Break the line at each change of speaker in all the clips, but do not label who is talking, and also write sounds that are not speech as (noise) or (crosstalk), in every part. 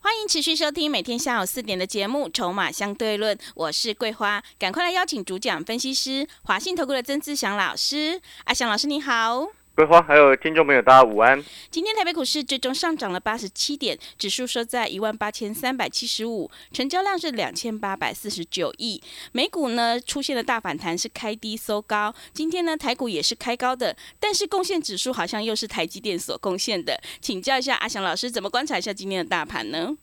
欢迎持续收听每天下午四点的节目《筹码相对论》，我是桂花，赶快来邀请主讲分析师华信投顾的曾志祥老师。阿祥老师你好，
桂花，还有听众朋友，大家午安。
今天台北股市最终上涨了八十七点，指数收在一万八千三百七十五，成交量是两千八百四十九亿。美股呢出现了大反弹，是开低收高。今天呢台股也是开高的，但是贡献指数好像又是台积电所贡献的。请教一下阿祥老师，怎么观察一下今天的大盘呢？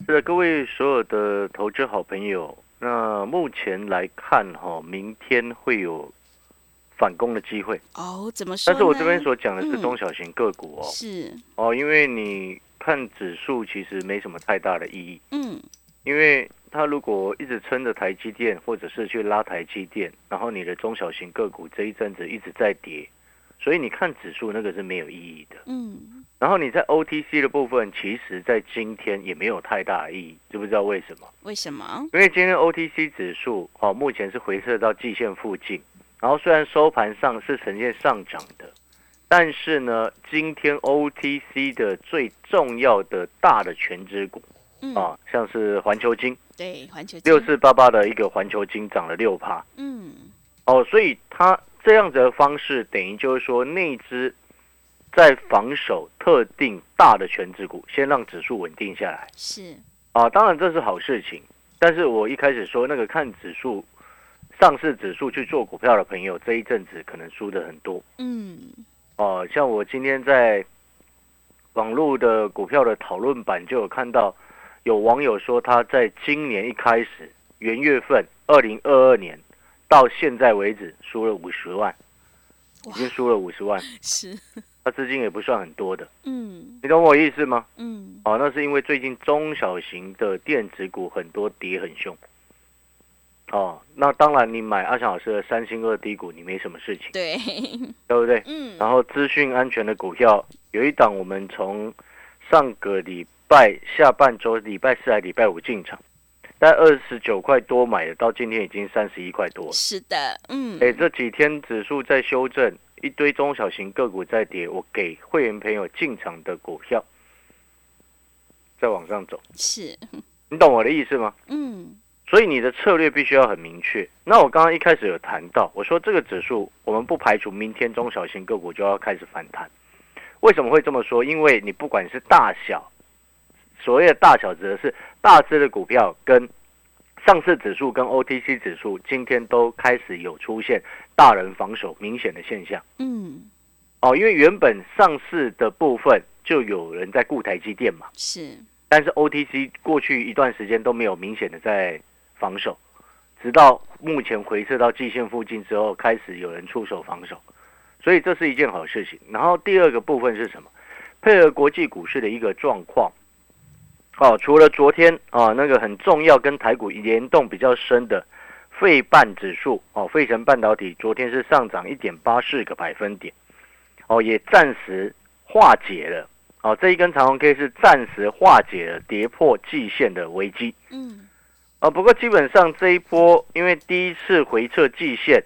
是的，各位所有的投资好朋友，那目前来看哈、明天会有反攻的机会，
哦，怎么说
但
呢？
是我这边所讲的是
嗯
中小型个股哦，
是，
哦，因为你看指数其实没什么太大的意义，
嗯，
因为它如果一直撑着台积电，或者是去拉台积电，然后你的中小型个股这一阵子一直在跌，所以你看指数那个是没有意义的。
嗯，
然后你在 OTC 的部分，其实在今天也没有太大的意义，知不知道为什么？
为什么？
因为今天 OTC 指数哦，目前是回撤到季线附近，然后虽然收盘上是呈现上涨的，但是呢，今天 OTC 的最重要的大的全指股
嗯，
啊，像是环球金
对，环球金
六，四八八的一个环球金涨了六趴
嗯，
哦，所以它这样子的方式，等于就是说内资在防守特定大的全指股，先让指数稳定下来。
是，
啊，当然这是好事情，但是我一开始说那个看指数、上市指数去做股票的朋友，这一阵子可能输的很多
嗯，
哦、像我今天在网络的股票的讨论版就有看到，有网友说他在今年一开始元月份，二零二二年到现在为止输了五十万，已
哇，
经输了五十万，
是，
他资金也不算很多的，
嗯
你懂我意思吗？
嗯，
哦，那是因为最近中小型的电子股很多跌很凶。哦，那当然，你买阿翔老师的三星二低股，你没什么事情，
对，
对不对？
嗯，
然后资讯安全的股票有一档，我们从上个礼拜下半周礼拜四还礼拜五进场，但二十九块多买的，到今天已经三十一块多了。
是的，嗯，
哎，这几天指数在修正，一堆中小型个股在跌，我给会员朋友进场的股票再往上走。
是，
你懂我的意思吗？
嗯，
所以你的策略必须要很明确。那我刚刚一开始有谈到，我说这个指数我们不排除明天中小型个股就要开始反弹。为什么会这么说？因为你不管是大小，所谓的大小指的是大只的股票跟上市指数跟 OTC 指数，今天都开始有出现大人防守明显的现象。
嗯，
哦，因为原本上市的部分就有人在顾台积电嘛。
是，
但是 OTC 过去一段时间都没有明显的在防守，直到目前回撤到季线附近之后，开始有人出手防守，所以这是一件好事情。然后第二个部分是什么？配合国际股市的一个状况。哦，除了昨天啊那个很重要跟台股联动比较深的费半指数哦，费城半导体昨天是上涨一点八四个百分点，哦也暂时化解了哦，这一根长红 K 是暂时化解了跌破季线的危机
嗯，
哦。不过基本上这一波，因为第一次回撤季线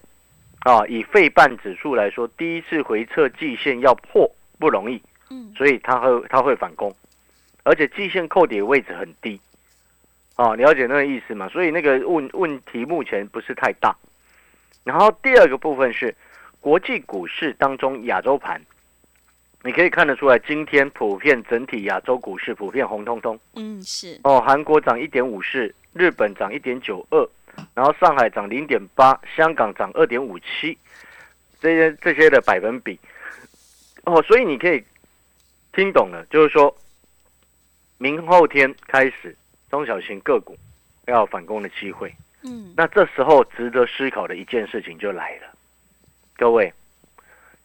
啊，以费半指数来说，第一次回撤季线要破不容易，
嗯，
所以它会它会反攻，而且季线扣底位置很低。哦，了解那个意思吗？所以那个问问题目前不是太大。然后第二个部分是国际股市当中亚洲盘，你可以看得出来，今天普遍整体亚洲股市普遍红彤彤。
嗯，是，
哦，韩国涨一点五四，日本涨一点九二，然后上海涨零点八，香港涨二点五七，这些这些的百分比。哦，所以你可以听懂了，就是说，明后天开始，中小型个股要反攻的机会。
嗯，
那这时候值得思考的一件事情就来了，各位，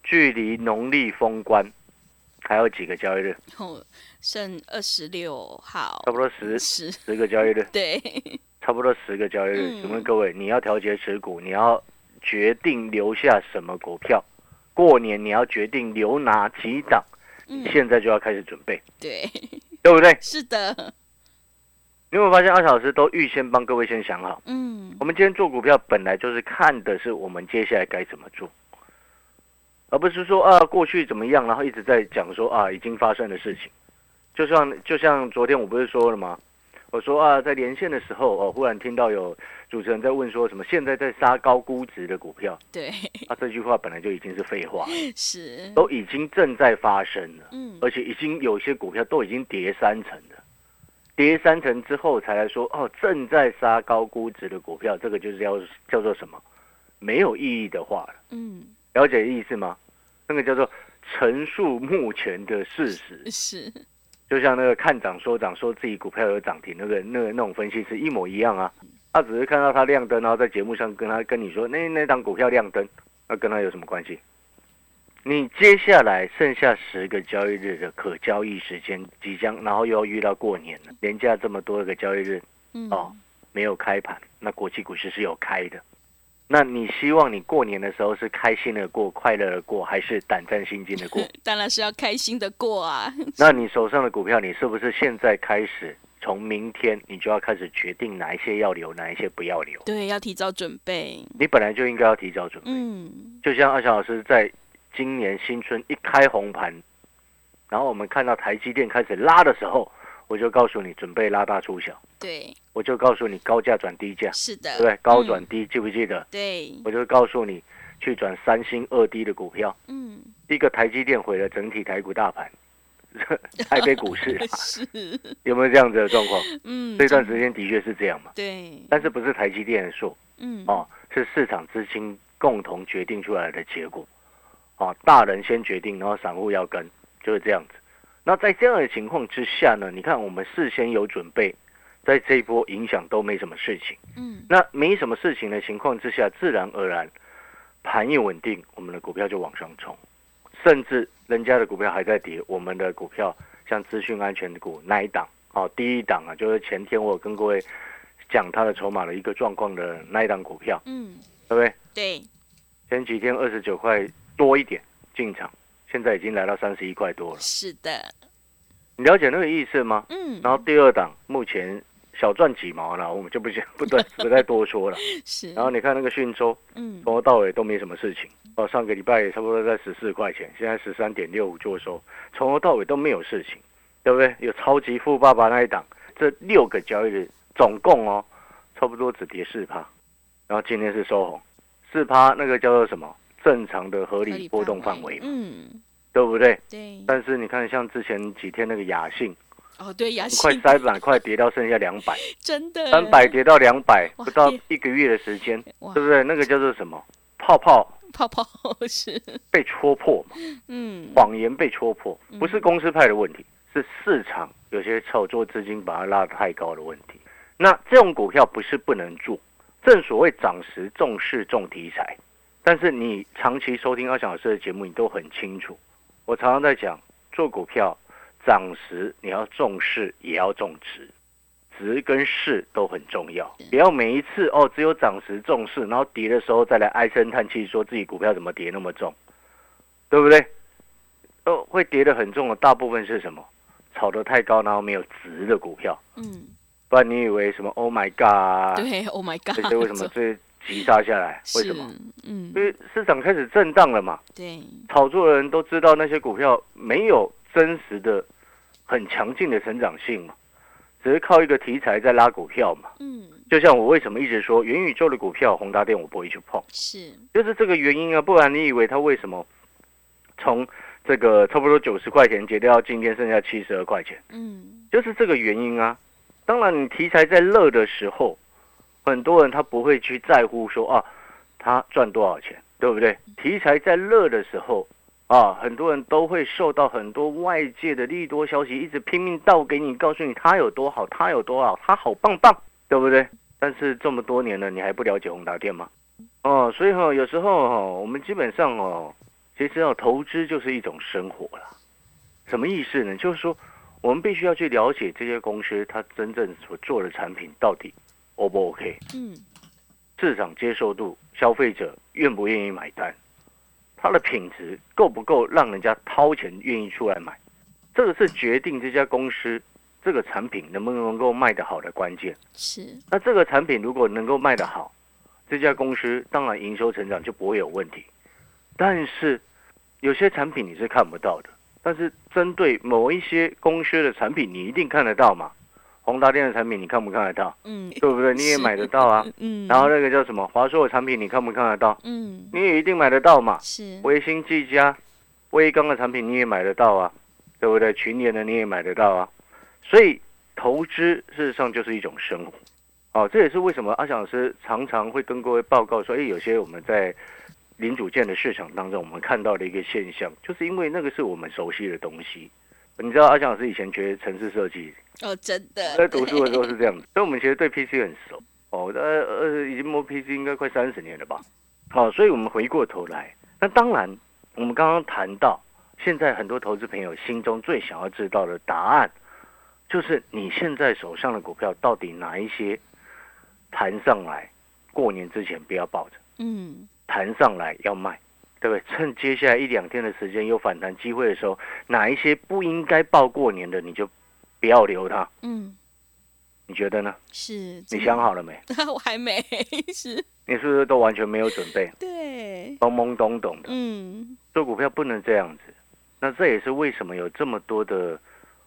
距离农历封关还有几个交易日？
后剩二十六号
差，不多十
是，
十个交易日。
对，
差不多十个交易日。
嗯
请问各位，你要调节持股，你要决定留下什么股票？过年你要决定留哪几档，
嗯，
现在就要开始准备，
对，
对不对？
是的，
你有没有发现阿小老师都预先帮各位先想好？
嗯
我们今天做股票本来就是看的是我们接下来该怎么做，而不是说啊过去怎么样，然后一直在讲说啊已经发生的事情。就像就像昨天我不是说了吗？我说啊在连线的时候哦，忽然听到有主持人在问说什么现在在杀高估值的股票，
对，
啊这句话本来就已经是废话了，
是，
都已经正在发生了，
嗯
而且已经有些股票都已经跌三成了。跌三成之后才来说哦，正在杀高估值的股票，这个就是叫叫做什么？没有意义的话了，
嗯
了解意思吗？那个叫做陈述目前的事实，
是，
就像那个看涨说涨，说自己股票有涨停，那个那个那种分析是一模一样啊。他只是看到它亮灯，然后在节目上跟他跟你说那那档股票亮灯，那跟他有什么关系？你接下来剩下十个交易日的可交易时间即将，然后又要遇到过年了，连假这么多个交易日，
嗯
哦，没有开盘，那国际股市是有开的。那你希望你过年的时候是开心的过、快乐的过，还是胆战心惊的 (laughs) 过？
当然是要开心的过啊，
那你手上的股票，你是不是现在开始，从明天你就要开始决定哪一些要留，哪一些不要留？
(laughs) 对，要提早准备，
你本来就应该要提早准备。
嗯
就像阿翔老师在今年新春一开红盘，然后我们看到台积电开始拉的时候，我就告诉你准备拉大出小，
对，
我就告诉你高价转低价，
是
对
的，
不对？高转
嗯
低，记不记得？
对，
我就告诉你去转三星二低的股票。
嗯
第一个台积电毁了整体台股大盘， (laughs) 台北股市啊
(laughs) 是，
(laughs) 有没有这样子的状况？
嗯
这段时间的确是这样嘛，
对，
但是不是台积电的错
嗯
哦，是市场资金共同决定出来的结果。哦，大人先决定，然后散户要跟，就是这样子。那在这样的情况之下呢，你看我们事先有准备，在这一波影响都没什么事情。
嗯
那没什么事情的情况之下，自然而然盘一稳定，我们的股票就往上冲，甚至人家的股票还在跌，我们的股票像资讯安全股那一档哦，第一档啊，就是前天我有跟各位讲它的筹码的一个状况的那一档股票，
嗯，
对不对？
对，
前几天二十九块多一点进场，现在已经来到三十一块多了，
是的，
你了解那个意思吗？
嗯
然后第二档目前小赚几毛了，我们就不讲不再不再多说了。
是，
然后你看那个讯州。
嗯
从头到尾都没什么事情。哦，上个礼拜也差不多在十四块钱，现在十三点六五做收，从头到尾都没有事情，对不对？有超级富爸爸那一档，这六个交易日总共哦，差不多只跌四趴，然后今天是收红，四趴那个叫做什么？正常的合理波动范围嘛，
嗯
对不对？
对，
但是你看，像之前几天那个雅信，
哦对，雅
快
欣
三百块跌到剩下两百，
真的
三百跌到两百，
哇
不到一个月的时间，
哇
对不对？那个叫做什么？泡泡
泡泡是，
被戳破嘛。
(laughs) 嗯
谎言被戳破，不是
嗯
公司派的问题，是市场有些炒作资金把它拉得太高的问题。那这种股票不是不能做，正所谓涨时重视重题材，但是你长期收听二小时的节目，你都很清楚。我常常在讲，做股票涨时你要重视，也要重值。值跟势都很重要，
嗯
不要每一次哦，只有涨时重视，然后跌的时候再来唉声叹气，说自己股票怎么跌那么重，对不对？呃，会跌得很重的大部分是什么？炒得太高，然后没有值的股票。
嗯，
不然你以为什么？Oh my god！啊
对，Oh my God，
(laughs) 这些为什么最急杀下来？为什么？？
嗯
因为市场开始震荡了嘛，
对，
炒作的人都知道那些股票没有真实的、很强劲的成长性嘛，只是靠一个题材在拉股票嘛。
嗯
就像我为什么一直说元宇宙的股票，宏达电我不会去碰。
是，
就是这个原因啊，不然你以为它为什么从这个差不多九十块钱跌到今天剩下七十二块钱，
嗯
就是这个原因啊。当然，你题材在热的时候，很多人他不会去在乎说啊，他赚多少钱，对不对？题材在热的时候啊，很多人都会受到很多外界的利多消息，一直拼命倒给你，告诉你他有多好，他有多好，他好棒棒，对不对？但是这么多年了，你还不了解宏达电吗？哦，所以哈、有时候哈、我们基本上哦，其实哦，投资就是一种生活啦。什么意思呢？就是说，我们必须要去了解这些公司它真正所做的产品到底 O 不 OK？
嗯
市场接受度、消费者愿不愿意买单，它的品质够不够让人家掏钱愿意出来买，这个是决定这家公司这个产品能不能够卖得好的关键。
是
那这个产品如果能够卖得好，这家公司当然营收成长就不会有问题。但是有些产品你是看不到的，但是针对某一些公司的产品，你一定看得到嘛？宏达电的产品你看不看得到？
嗯
对不对？你也买得到啊。
嗯，
然后那个叫什么华硕的产品，你看不看得到？
嗯
你也一定买得到嘛。
是，
微星、技嘉、微刚的产品你也买得到啊，对不对？群联的你也买得到啊。所以投资事实上就是一种生活。哦，这也是为什么阿翔老师常常会跟各位报告说，哎，有些我们在零组件的市场当中，我们看到的一个现象，就是因为那个是我们熟悉的东西。你知道阿翔老师以前学城市设计，
哦，真 (laughs) 的，
在读书的时候是这样子，所以我们其实对 PC 很熟。哦，呃呃，已经摸 PC 应该快三十年了吧？好、所以我们回过头来，那当然，我们刚刚谈到，现在很多投资朋友心中最想要知道的答案，就是你现在手上的股票到底哪一些谈上来，过年之前不要抱着，
嗯
谈上来要卖，对不对？趁接下来一两天的时间有反弹机会的时候，哪一些不应该报过年的，你就不要留它，
嗯
你觉得呢？
是，
你想好了没？
(laughs)
我还没是，
你是不是都完全没有准备，
对，
懵懵懂懂的？
嗯
做股票不能这样子。那这也是为什么有这么多的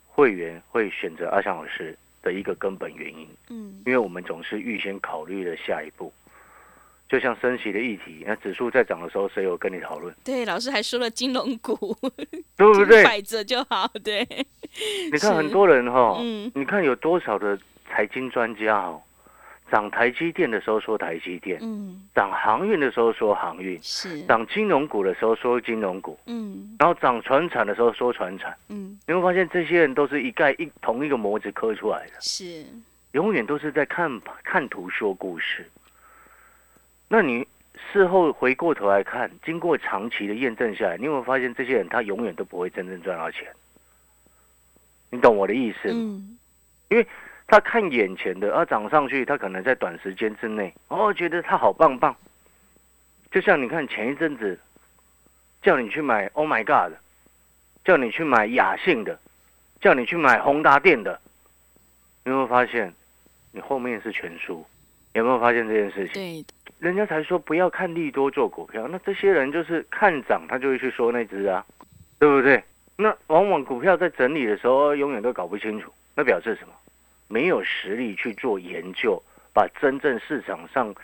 会员会选择阿翔老师的一个根本原因，
嗯
因为我们总是预先考虑了下一步。就像升息的议题，那指数在涨的时候，谁有跟你讨论，
对，老师还说了金融股，
(laughs) 对不
嗯
对？
摆着就好，对，
你看很多人哈、
嗯
你看有多少的财经专家哦，涨台积电的时候说台积电，
嗯
涨航运的时候说航运，
是，
涨金融股的时候说金融股，
嗯
然后涨船产的时候说船产，
嗯
你会发现这些人都是一概一同一个模子刻出来的，
是，
永远都是在看看图说故事。那你事后回过头来看，经过长期的验证下来，你有没有发现这些人他永远都不会真正赚到钱？你懂我的意思吗？
嗯
他看眼前的，啊，涨上去，他可能在短时间之内，哦，觉得他好棒棒。就像你看前一阵子，叫你去买 Oh my God 的，叫你去买雅信的，叫你去买宏达电的，你有没有发现，你后面是全输？有没有发现这件事情？
对，
人家才说不要看利多做股票，那这些人就是看涨他就会去说那只啊，对不对？那往往股票在整理的时候，永远都搞不清楚，那表示什么？没有实力去做研究，把真正市场上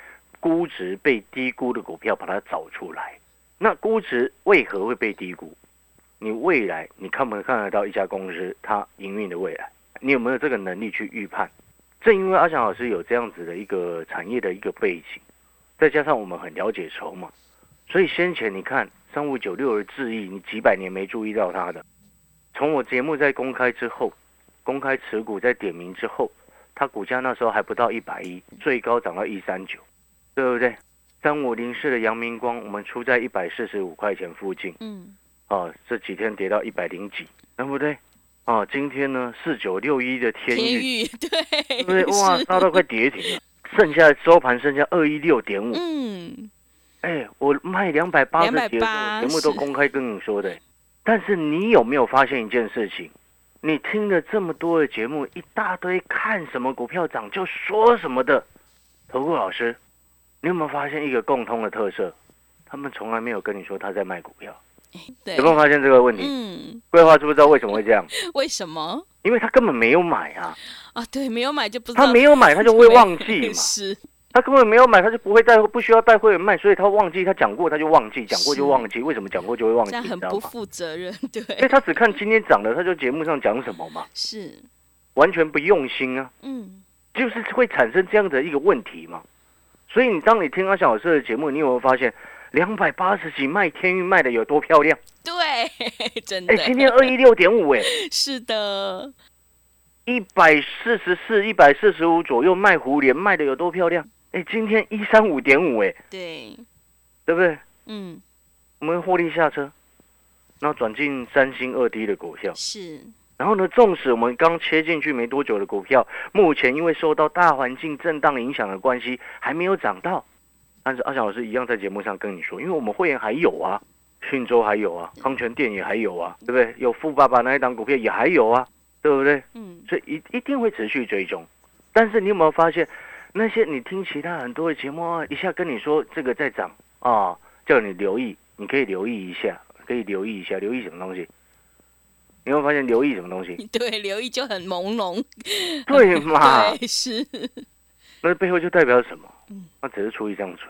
估值被低估的股票把它找出来。那估值为何会被低估？你未来你看不看得到一家公司它营运的未来？你有没有这个能力去预判？正因为阿翔老师有这样子的一个产业的一个背景。再加上我们很了解筹码，所以先前你看三五九六的智易，你几百年没注意到它的，从我节目在公开之后，公开持股在点名之后，它股价那时候还不到一百一，最高涨到一三九，对不对？三五零四的阳明光，我们出在一百四十五块钱附近，
嗯
啊，这几天跌到一百零几，对不对？啊，今天呢四九六一的天
天
域，
域，对，
对不对？
(laughs)
哇，
是
杀到快跌停了，剩下收盘剩下二一六点五，
嗯
哎，我卖两百八十节目，
280
节目都公开跟你说的。但是你有没有发现一件事情？你听了这么多的节目，一大堆看什么股票涨就说什么的，投顾老师，你有没有发现一个共通的特色？他们从来没有跟你说他在卖股票，
对
有没，有发现这个问题？
嗯，
桂花知不知道为什么会这样？
为什么
因为他根本没有买啊，
啊？对，没有买就不知道
他没有买他就会忘记嘛，
是
他根本没有买他就不会带，不需要带会员卖，所以他忘记他讲过他就忘记，讲过就是忘记，为什么讲过就会忘
这
记？
样
你知
很
道
不
吗？
负责任， (laughs) 对，
因为他只看今天涨了，他就节目上讲什么嘛，
是，
完全不用心啊，
嗯
就是会产生这样的一个问题嘛。所以你当你听阿小老师的节目，你有没有发现两百八十几卖天域卖的有多漂亮？
对，
(laughs)
真
哎、
的，
今天二一六点五，哎，
是的，
一百四十四、一百四十五左右卖胡连卖的有多漂亮？哎、今天一三五点五，哎，
对，
对不对？
嗯
我们获利下车，然后转进三星二 D 的股票，
是，
然后呢，纵使我们刚切进去没多久的股票，目前因为受到大环境震荡影响的关系，还没有涨到。但是阿翔老师一样在节目上跟你说，因为我们会员还有啊，讯州还有啊，康泉店也还有啊，对不对？有富爸爸那一档股票也还有啊，对不对？
嗯， (laughs)
所以一一定会持续追踪。但是你有没有发现，那些你听其他很多的节目啊，一下跟你说这个在涨啊、哦叫你留意，你可以留意一下，可以留意一下，留意什么东西？你有没有发现留意什么东
(laughs)
西？
对，留意就很朦胧，
对嘛？
对，是，
那背后就代表什么？那只是出一张嘴。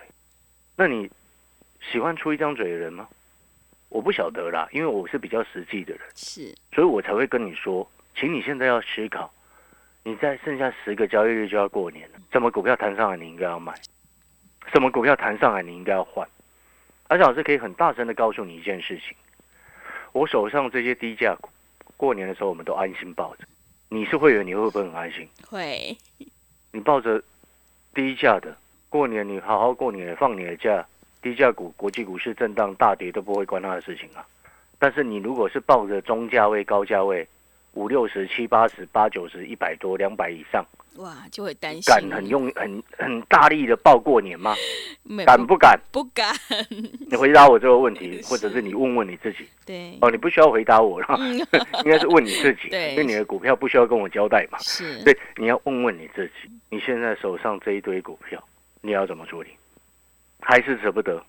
那你喜欢出一张嘴的人吗？我不晓得啦，因为我是比较实际的人。
是，
所以我才会跟你说，请你现在要思考，你在剩下十个交易日就要过年了，什么股票谈上来你应该要买，什么股票谈上来你应该要换。而且老师可以很大声的告诉你一件事情，我手上这些低价股，过年的时候我们都安心抱着。你是会员，你会不会很安心？
会，
你抱着低价的，过年你好好过年，放你的假，低价股、国际股市震荡大跌都不会关他的事情啊。但是你如果是抱着中价位、高价位，五六十、七八十、八九十、一百多、两百以上，
哇，就会担心，
敢很用、很很大力的报过年吗？
没，
敢不敢？
不敢，
你回答我这个问题，或者是你问问你自己
对，
哦，你啊不需要回答我了， (laughs)
嗯，
应该是问你自己，
对
因为你的股票不需要跟我交代嘛。
(laughs) 是，
对，你要问问你自己，你现在手上这一堆股票，你要怎么处理？还是舍不得？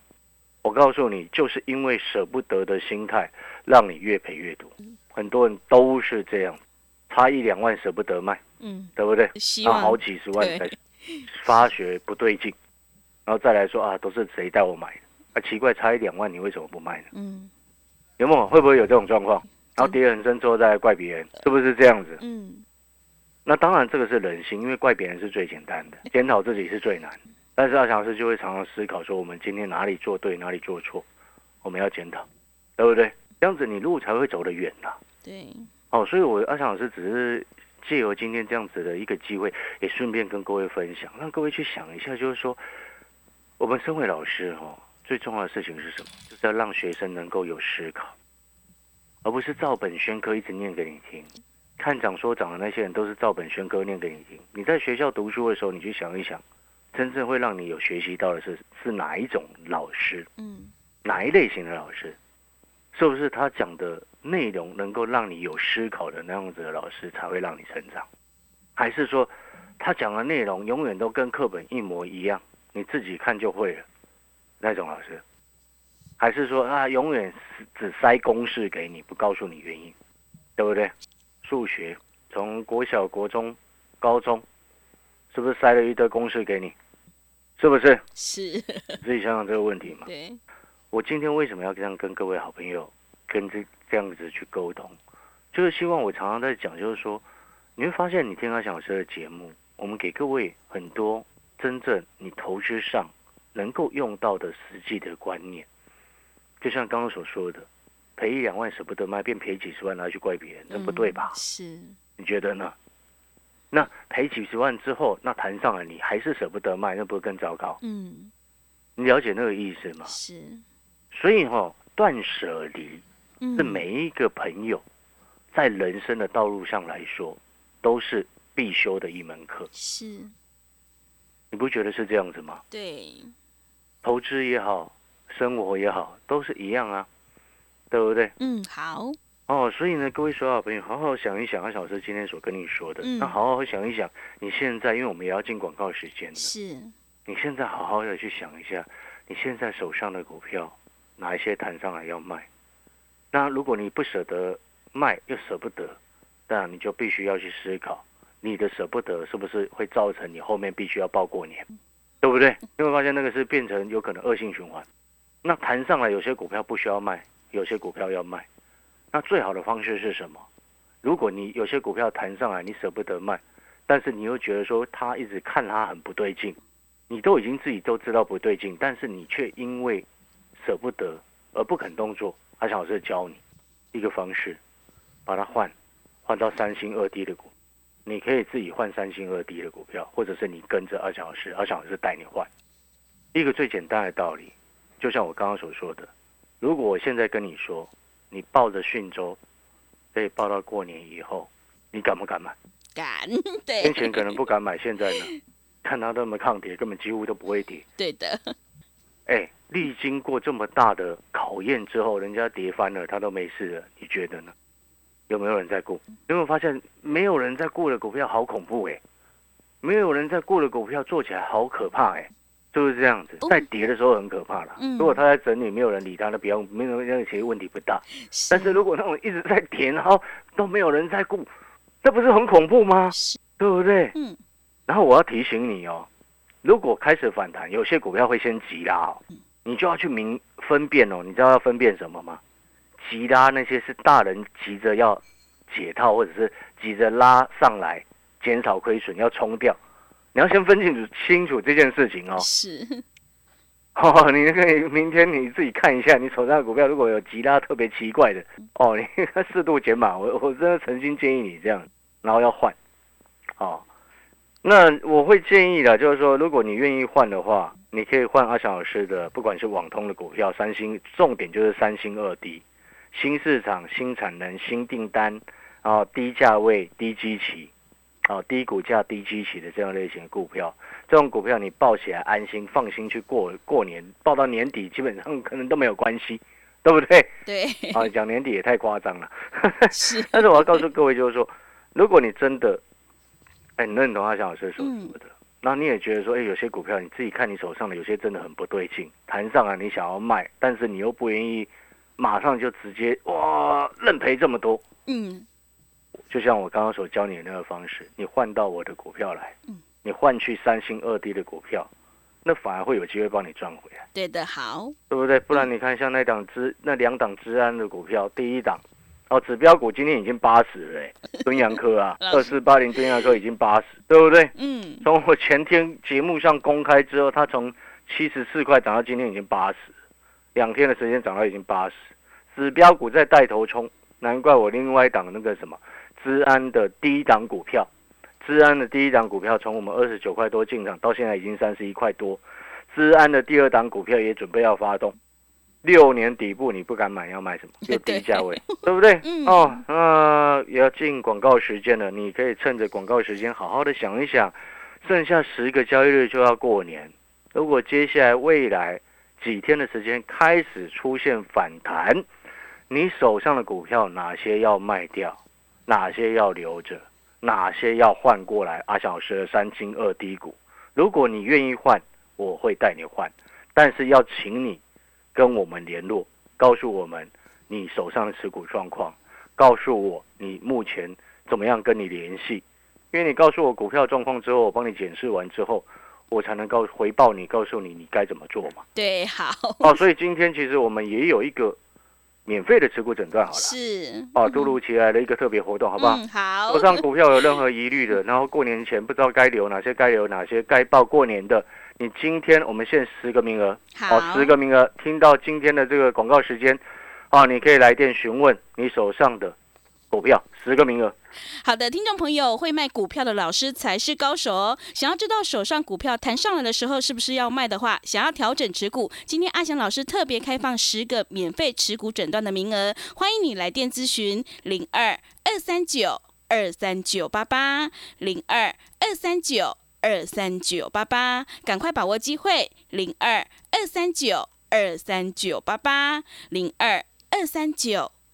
我告诉你，就是因为舍不得的心态，让你越赔越多。
嗯
很多人都是这样，差一两万舍不得卖，
嗯，
对不对？
希
那
望
啊好几十万才
对
发觉不对劲，然后再来说啊，都是谁带我买的？啊，奇怪，差一两万你为什么不卖呢？
嗯
有没有？会不会有这种状况？然后跌很深之后再来怪别人，是不是这样子？
嗯，
那当然，这个是人性，因为怪别人是最简单的，检讨自己是最难的。但是阿强师就会常常思考说，我们今天哪里做对，哪里做错，我们要检讨，对不对？这样子你路才会走得远呐、
对，
哦，所以我阿强老师只是借由今天这样子的一个机会，也顺便跟各位分享，让各位去想一下，就是说，我们身为老师哦，最重要的事情是什么？就是要让学生能够有思考，而不是照本宣科一直念给你听。看涨说涨的那些人都是照本宣科念给你听。你在学校读书的时候，你去想一想，真正会让你有学习到的是是哪一种老师？
嗯
哪一类型的老师，是不是他讲的内容能够让你有思考的那样子的老师才会让你成长，还是说他讲的内容永远都跟课本一模一样，你自己看就会了那种老师，还是说啊永远只只塞公式给你，不告诉你原因，对不对？数学从国小、国中、高中，是不是塞了一堆公式给你？是不是？
是，
自己想想这个问题嘛。
对，
我今天为什么要这样跟各位好朋友跟这这样子去沟通？就是希望我常常在讲，就是说，你会发现你听阿翔老师的节目，我们给各位很多真正你投资上能够用到的实际的观念。就像刚刚所说的，赔一两万舍不得卖，便赔几十万拿去怪别人，这不对吧？
嗯是，
你觉得呢？那赔几十万之后，那谈上来你还是舍不得卖，那不是更糟糕？
嗯
你了解那个意思吗？
是，
所以哈、哦，断舍离
嗯
是每一个朋友在人生的道路上来说，都是必修的一门课。
是，
你不觉得是这样子吗？
对，
投资也好，生活也好，都是一样啊，对不对？
嗯好，
哦，所以呢，各位所有好朋友，好好想一想阿小师今天所跟你说的，
嗯
那好好想一想，你现在，因为我们也要进广告时间了，
是，
你现在好好的去想一下，你现在手上的股票哪一些谈上来要卖？那如果你不舍得卖又舍不得，那你就必须要去思考，你的舍不得是不是会造成你后面必须要报过年，对不对？你会发现那个是变成有可能恶性循环。那谈上来有些股票不需要卖，有些股票要卖，那最好的方式是什么？如果你有些股票谈上来你舍不得卖，但是你又觉得说他一直看他很不对劲。你都已经自己都知道不对劲，但是你却因为舍不得而不肯动作。阿翔老师教你一个方式，把它换换到三星二 D 的股，你可以自己换三星二 D 的股票，或者是你跟着阿翔老师，阿翔老师带你换。一个最简单的道理，就像我刚刚所说的，如果我现在跟你说，你抱着讯州所以报到过年以后，你敢不敢买？
敢， (laughs) 对
先前可能不敢买，现在呢，看它那么抗跌，根本几乎都不会跌。
对的，
哎，历经过这么大的考验之后，人家跌翻了，他都没事了，你觉得呢？有没有人在顾？有没有发现没有人在顾的股票好恐怖哎、没有人在顾的股票做起来好可怕哎、就是这样子
哦，
在跌的时候很可怕啦。
嗯
如果它在整理，没有人理它，那不要，没有那个其实问题不大。
是
但是如果那种一直在跌，然后都没有人在顾，这不是很恐怖吗？
是
对不对？
嗯。
然后我要提醒你哦，如果开始反弹，有些股票会先急拉、哦，你就要去明分辨哦。你知道要分辨什么吗？急拉那些是大人急着要解套，或者是急着拉上来，减少亏损要冲掉。你要先分清楚清楚这件事情哦。
是，
(laughs) 哦，你那个明天你自己看一下，你手上的股票如果有急拉特别奇怪的，哦，你 (laughs) 适度减码，我我真的诚心建议你这样，然后要换，哦，那我会建议的，就是说，如果你愿意换的话，你可以换阿翔老师的，不管是网通的股票，三星，重点就是三星二低，新市场、新产能、新订单，啊、低价位、低基期，啊、低股价、低基期的这样类型的股票。这种股票你抱起来安心、放心去过过年，抱到年底基本上可能都没有关系，对不对？
对，
啊，讲年底也太夸张了。
是，
但是我要告诉各位，就是说，如果你真的，哎，你认同阿翔老师所说的，那你也觉得说，哎，有些股票你自己看你手上的，有些真的很不对劲，谈上啊，你想要卖，但是你又不愿意马上就直接哇认赔这么多，
嗯，
就像我刚刚所教你的那个方式，你换到我的股票来
嗯，
你换去三星二低的股票，那反而会有机会帮你赚回来，
对的，好，
对不对？不
嗯
然你看像那档资那两档资安的股票，第一档哦，指标股今天已经八十
(laughs)
了，哎敦阳科啊，
老
二
师
四八零敦阳科已经八十，对不对？
嗯，
从我前天节目上公开之后，它从七十四块涨到今天已经八十，两天的时间涨到已经八十，指标股在带头冲，难怪我另外一档那个什么资安的第一档股票，资安的第一档股票从我们二十九块多进场到现在已经三十一块多，资安的第二档股票也准备要发动。六年底部你不敢买，要买什么？就低价位，
(laughs)
对不对？
嗯
哦，那、也要进广告时间了，你可以趁着广告时间好好的想一想，剩下十个交易日就要过年，如果接下来未来几天的时间开始出现反弹，你手上的股票哪些要卖掉，哪些要留着，哪些要换过来？阿小时的三金二低股，如果你愿意换，我会带你换，但是要请你跟我们联络，告诉我们你手上的持股状况，告诉我你目前怎么样跟你联系，因为你告诉我股票状况之后，我帮你检视完之后，我才能告回报你，告诉你你该怎么做嘛。
对，好，
哦，所以今天其实我们也有一个免费的持股诊断好了，
是，
哦，突如其来的一个特别活动，好不好？
嗯，好
手，上股票有任何疑虑的，然后过年前不知道该留哪些，该留哪些，该报过年的，你今天我们限十个名额，
好
哦，十个名额，听到今天的这个广告时间，哦，你可以来电询问你手上的股票，十个名额，
好的，听众朋友，会卖股票的老师才是高手哦。想要知道手上股票弹上来的时候是不是要卖的话，想要调整持股，今天阿翔老师特别开放十个免费持股诊断的名额，欢迎你来电咨询零二二三九二三九八八零二二三九二三九八八，赶快把握机会零二二三九二三九八八零二二三九。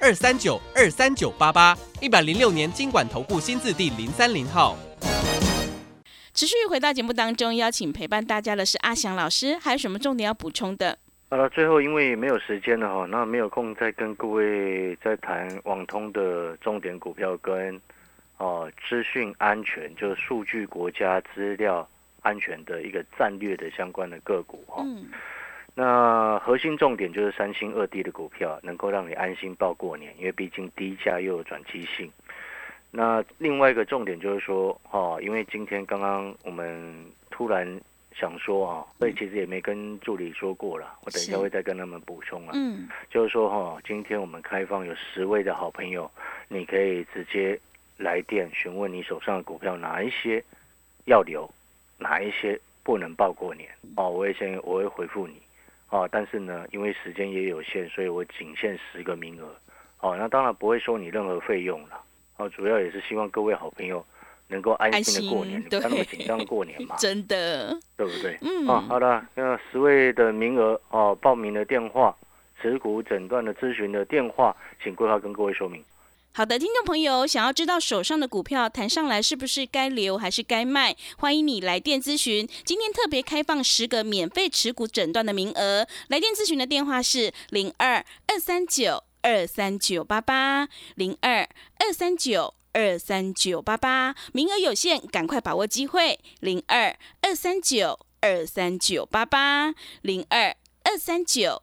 二三九二三九八八，一百零六年经管投顾新字第零三零号。
持续回到节目当中，邀请陪伴大家的是阿翔老师，还有什么重点要补充的？
好了，最后因为没有时间了哈，那没有空再跟各位再谈网通的重点股票跟哦资讯安全，就是数据国家资料安全的一个战略的相关的个股哈。
嗯，
那核心重点就是三星二低的股票能够让你安心报过年，因为毕竟低价又有转机性。那另外一个重点就是说，哈、因为今天刚刚我们突然想说啊，所以其实也没跟助理说过了，我等一下
是
会再跟他们补充啊。
嗯，
就是说哈、今天我们开放有十位的好朋友，你可以直接来电询问你手上的股票哪一些要留，哪一些不能报过年哦，我会先我会回复你哦，但是呢，因为时间也有限，所以我仅限十个名额哦，那当然不会收你任何费用了哦，主要也是希望各位好朋友能够安心的过年，
安
你
心
不要那么
(laughs) 对，
紧张过年嘛
真的，
对不对？
嗯，
啊，好的，那十位的名额哦，报名的电话、持股诊断的咨询的电话，请规划跟各位说明。
好的，听众朋友，想要知道手上的股票谈上来是不是该留还是该卖，欢迎你来电咨询。今天特别开放十个免费持股诊断的名额，来电咨询的电话是零二二三九二三九八八零二二三九。二三九八八，名额有限，赶快把握机会。零二二三九二三九八八，零二二三九